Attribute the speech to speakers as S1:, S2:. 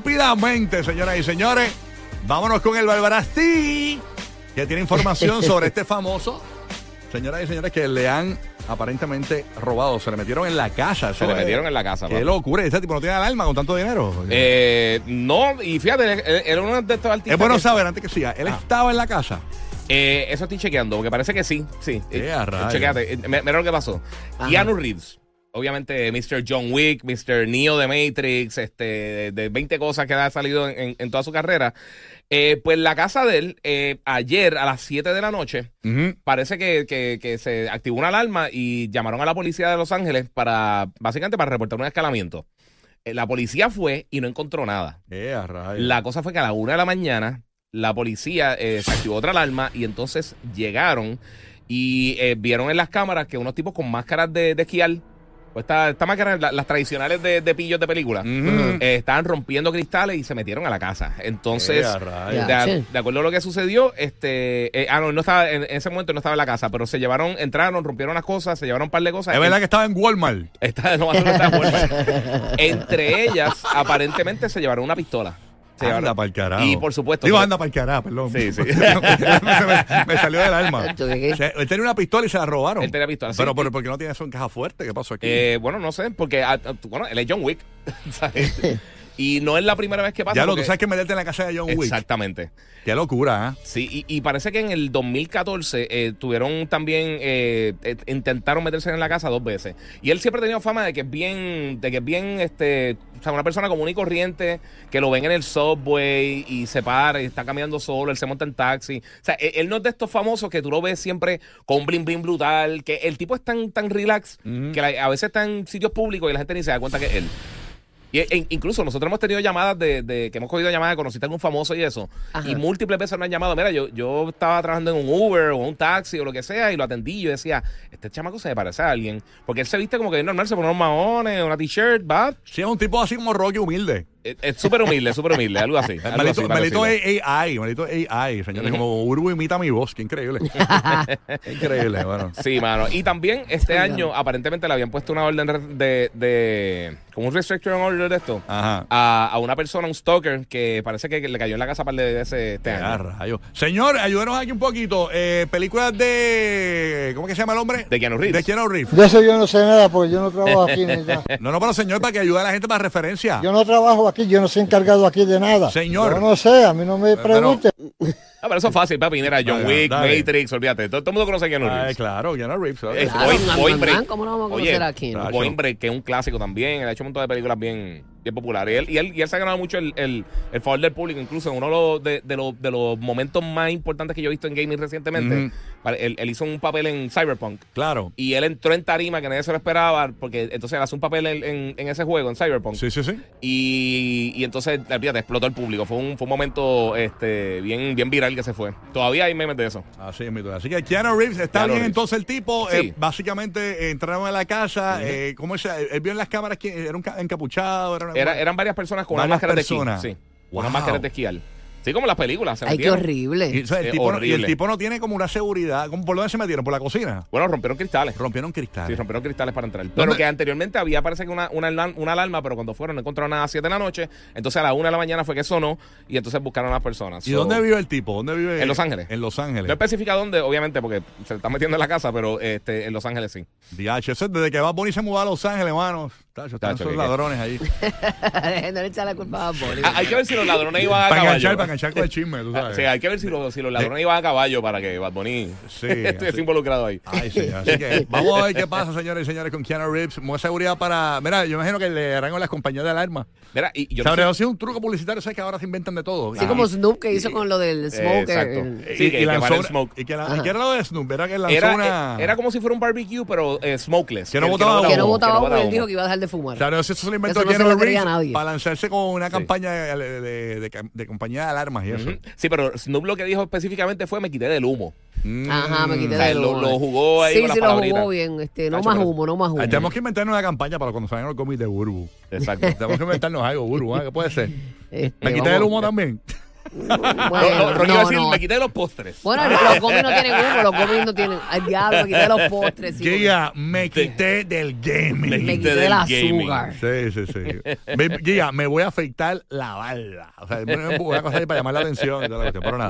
S1: Rápidamente, señoras y señores, vámonos con el Barbarasti, que tiene información sobre este famoso. Señoras y señores, que le han aparentemente robado, se le metieron en la casa.
S2: Se le metieron en la casa.
S1: Qué
S2: papá.
S1: locura, este tipo no tiene alarma con tanto dinero.
S2: Eh, no, y fíjate, él- él- era uno de estos artistas.
S1: es bueno
S2: que-
S1: saber, antes que siga, él
S2: Ah.
S1: estaba en la casa.
S2: Eh, eso estoy chequeando, porque parece que sí. Sí.
S1: Eh,
S2: Eh,
S1: a rayos.
S2: Chequeate, eh, me- mira lo que pasó. Keanu Reeves. Obviamente, Mr. John Wick, Mr. Neo de Matrix, este, de, de 20 cosas que ha salido en, en- en toda su carrera. Eh, pues la casa de él, eh, ayer a las 7 de la noche, parece que, que- que se activó una alarma y llamaron a la policía de Los Ángeles para, básicamente, para reportar un escalamiento. Eh, la policía fue y no encontró nada.
S1: Eh, a rayos.
S2: La cosa fue que a la una de la mañana la policía eh, se activó otra alarma y entonces llegaron y eh, vieron en las cámaras que unos tipos con máscaras de, de esquiar, pues o estas estas máscaras, la- las tradicionales de, de pillos de película,
S1: Ujú.
S2: eh, estaban rompiendo cristales y se metieron a la casa. Entonces,
S1: Eh, a rayos.
S2: de, a- de acuerdo a lo que sucedió, este, eh, ah, no, él no estaba, en, en ese momento no estaba en la casa, pero se llevaron, entraron, rompieron las cosas, se llevaron un par de cosas.
S1: Es verdad que estaba en Walmart.
S2: Esta- no, eso no está bueno. Entre ellas, aparentemente se llevaron una pistola. Se
S1: anda
S2: llevaron-
S1: para el carajo.
S2: Y por supuesto.
S1: Digo,
S2: se-
S1: anda para el carajo, perdón.
S2: Sí, sí.
S1: me, me- me salió del
S2: Ah.
S1: alma.
S3: Chacho, ¿qué- qué?
S1: Se- él tenía una pistola y se la robaron.
S2: Él tenía pistola, sí.
S1: Pero, pero ¿por qué no tiene eso en caja fuerte? ¿Qué pasó aquí?
S2: eh, bueno, no sé, porque ah, ah, bueno, él es John Wick. ¿sabes? y no es la primera vez que pasa.
S1: Ya lo, tú
S2: porque-
S1: sabes que meterte en la casa de John Wick.
S2: Exactamente.
S1: Qué locura, ¿eh?
S2: Sí, y, y parece que en el 2014 eh, tuvieron también, eh, eh, intentaron meterse en la casa dos veces. Y él siempre ha tenido fama de que es bien, de que es bien, este, o sea, una persona común y corriente, que lo ven en el subway y se para y está caminando solo, él se monta en taxi. O sea, e, él, él no es de estos famosos que tú lo ves siempre con un bling bling brutal, que el tipo es tan, tan relax
S1: Ujú.
S2: que la- a veces está en sitios públicos y la gente ni se da cuenta que es él. Y, e- incluso nosotros hemos tenido llamadas de, de- que hemos cogido llamadas de conociste a algún famoso y eso.
S3: Ajá.
S2: Y múltiples veces nos han llamado. Mira, yo, yo estaba trabajando en un Uber o un taxi o lo que sea y lo atendí. Y yo decía, este chamaco se me parece a alguien. Porque él se viste como que es normal, se pone unos maones, una t-shirt, va.
S1: Sí, es un tipo así como Rocky humilde.
S2: Es es súper humilde, súper humilde, algo así. algo
S1: Malito,
S2: así,
S1: malito
S2: parecido.
S1: es AI, malito es AI, señores.
S2: Ujú.
S1: Como Urbu imita mi voz, qué increíble. Qué increíble, bueno.
S2: Sí, mano. Y también este
S3: Oigan.
S2: año, aparentemente le habían puesto una orden de. de como un restriction order de esto.
S1: Ajá.
S2: A, a una persona, un stalker, que parece que le cayó en la casa para de ese este
S1: Ah,
S2: año.
S1: rayos. Señor, ayúdenos aquí un poquito. Eh, películas de. ¿Cómo que se llama el hombre?
S2: De Keanu Reeves.
S1: De Keanu Reeves.
S4: De eso yo no sé nada porque yo no trabajo aquí. ni nada.
S1: No, no, pero señor, para que ayude a la gente para referencia.
S4: Yo no trabajo aquí, yo no soy encargado aquí de nada.
S1: Señor.
S4: Yo no sé, a mí no me
S1: Pero-
S4: pregunte.
S2: Ah, pero eso es fácil, papi. Mira, John
S1: Oiga,
S2: Wick,
S1: dale.
S2: Matrix, olvídate. Todo, todo el mundo conoce a Keanu
S1: Ah,
S2: Reeves.
S1: claro, Keanu Reeves. claro.
S2: Eh,
S3: Claro,
S2: Point-
S3: man,
S2: Point
S3: man,
S2: Break.
S3: man, ¿cómo no vamos a
S2: Oye, ah,
S3: conocer a Keanu?
S1: claro.
S2: Point Break, que es un clásico también. Él ha hecho un montón de películas bien, bien populares. Y él, y, él, y él se ha ganado mucho el, el, el favor del público. Incluso uno de los, de, de los, de los momentos más importantes que yo he visto en gaming recientemente.
S1: Ujú.
S2: para- Él, él hizo un papel en Cyberpunk.
S1: Claro.
S2: Y él entró en tarima, que nadie se lo esperaba, porque entonces él hace un papel en, en- en ese juego, en Cyberpunk.
S1: Sí, sí, sí.
S2: Y, y entonces, fíjate, explotó el público. Fue un, fue un momento este, bien, bien viral que se fue. Todavía hay memes de eso.
S1: Así es, mi duda. Así que Keanu Reeves está
S2: Keanu
S1: bien
S2: Reeves.
S1: entonces el tipo.
S2: Sí.
S1: eh, básicamente eh, entraron a la casa. eh, ¿Cómo es? Él él vio en las cámaras que era un ca- encapuchado. Era una-
S2: Era- eran varias personas con una
S1: Varias
S2: máscara
S1: personas.
S2: de esquí. Sí.
S1: Wow.
S2: Una máscara de esquiar. Sí, como las películas. se
S3: Ay, qué
S2: metieron.
S1: Y, o
S3: horrible.
S1: sea, el
S2: Eh,
S1: tipo no, y el
S2: horrible.
S1: tipo no tiene como una seguridad. ¿Cómo, ¿Por dónde se metieron? ¿Por la cocina?
S2: Bueno, rompieron cristales.
S1: Rompieron cristales.
S2: Sí, rompieron cristales para entrar. Pero que anteriormente había, parece que una, una, alarm- una alarma, pero cuando fueron no encontraron nada a las 7 de la noche. Entonces a la 1 de la mañana fue que sonó y entonces buscaron a las personas.
S1: ¿Y
S2: So,
S1: dónde vive el tipo? ¿Dónde vive?
S2: En Los Ángeles.
S1: En Los Ángeles.
S2: No especifica dónde, obviamente, porque se está metiendo en la casa, pero este, en Los Ángeles sí.
S1: DH, ese desde que va Bonnie se mudó a Los Ángeles, hermano. Tacho, están
S2: Tacho,
S1: esos
S2: que-
S1: ladrones ahí.
S3: no le echa la culpa a Bonnie.
S2: Ah, hay que ver si los ladrones iban
S1: Para
S2: a caballo.
S1: enganchar, para enganchar con el chisme, tú
S2: Ah,
S1: sabes.
S2: sí, hay que ver si los, si los ladrones iban a caballo para que Bad Bunny
S1: Sí,
S2: esté
S1: así-
S2: involucrado ahí.
S1: Ay, sí, así que vamos a ver qué pasa, señores y señores, con Keanu Reeves. Mucha seguridad para. Mira, yo imagino que le harán con las compañías de alarma.
S2: Mira, y yo no
S1: Sobre
S2: sé-
S1: todo si es un truco publicitario, sabes que ahora se inventan de todo.
S3: Así
S1: Ah.
S3: como Snoop que hizo con lo del smoker.
S2: eh, exacto.
S1: Y-
S2: Sí,
S1: y
S2: que- que
S1: lanzó
S2: para el
S1: una-
S2: smoke.
S1: Y que, la-
S3: Ajá.
S1: que era lo de Snoop, era que lanzó
S2: Era,
S1: una.
S2: eh, era como si fuera un barbecue, pero eh, smokeless.
S1: Que no botaba
S3: Que no
S1: Humo,
S3: votaba
S2: botaba
S3: porque él
S2: humo.
S3: dijo que iba a dejar de fumar.
S1: Claro, si eso se lo inventó
S3: Eso no se
S1: Keanu
S3: lo creía
S1: Reeves
S3: nadie.
S1: para lanzarse con una campaña de, de, de- de cam- de compañía de alarmas y eso.
S2: Ujú. Sí, pero Snoop lo que dijo específicamente fue me quité del humo.
S1: Mm.
S3: Ajá, me
S2: mm, O
S3: quité
S2: sea,
S3: de
S2: lo- lo jugó ahí
S3: Sí,
S2: con las
S3: sí, lo
S2: palabritas.
S3: jugó bien. Este, no
S2: Tacho,
S3: más
S2: pero-
S3: humo, no más
S1: Ah,
S3: humo.
S1: Tenemos que inventarnos una campaña para cuando salgan los cómics de Burbu.
S2: Exacto.
S1: Tenemos que inventarnos algo, Burbu, ¿eh? ¿qué puede ser?
S3: Este,
S1: ¿Me quité
S3: vamos-
S1: el humo también?
S2: Ro- Ro-
S3: Bueno,
S2: Rocky va a decir,
S3: no, no.
S2: me quité los postres.
S3: Bueno, los gomis no tienen humo, los gomis no tienen. Al diablo, me quité los postres. sí,
S1: Gia, me quité del
S2: Me
S1: gaming.
S3: Me
S2: quité
S3: quité
S2: del
S3: el
S2: gaming.
S3: azúcar.
S1: Sí, sí, sí. Me- Gia, me voy a afeitar la barba. O sea, voy a cosas ahí para llamar la atención. y toda la cuestión, Pero nada.